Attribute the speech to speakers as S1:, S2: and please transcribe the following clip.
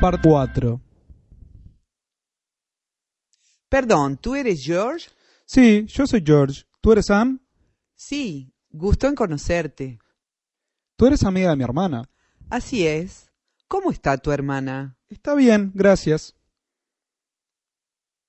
S1: Part 4.
S2: Perdón, ¿tú eres George?
S1: Sí, yo soy George. ¿Tú eres Sam?
S2: Sí, gusto en conocerte.
S1: Tú eres amiga de mi hermana.
S2: Así es. ¿Cómo está tu hermana?
S1: Está bien, gracias.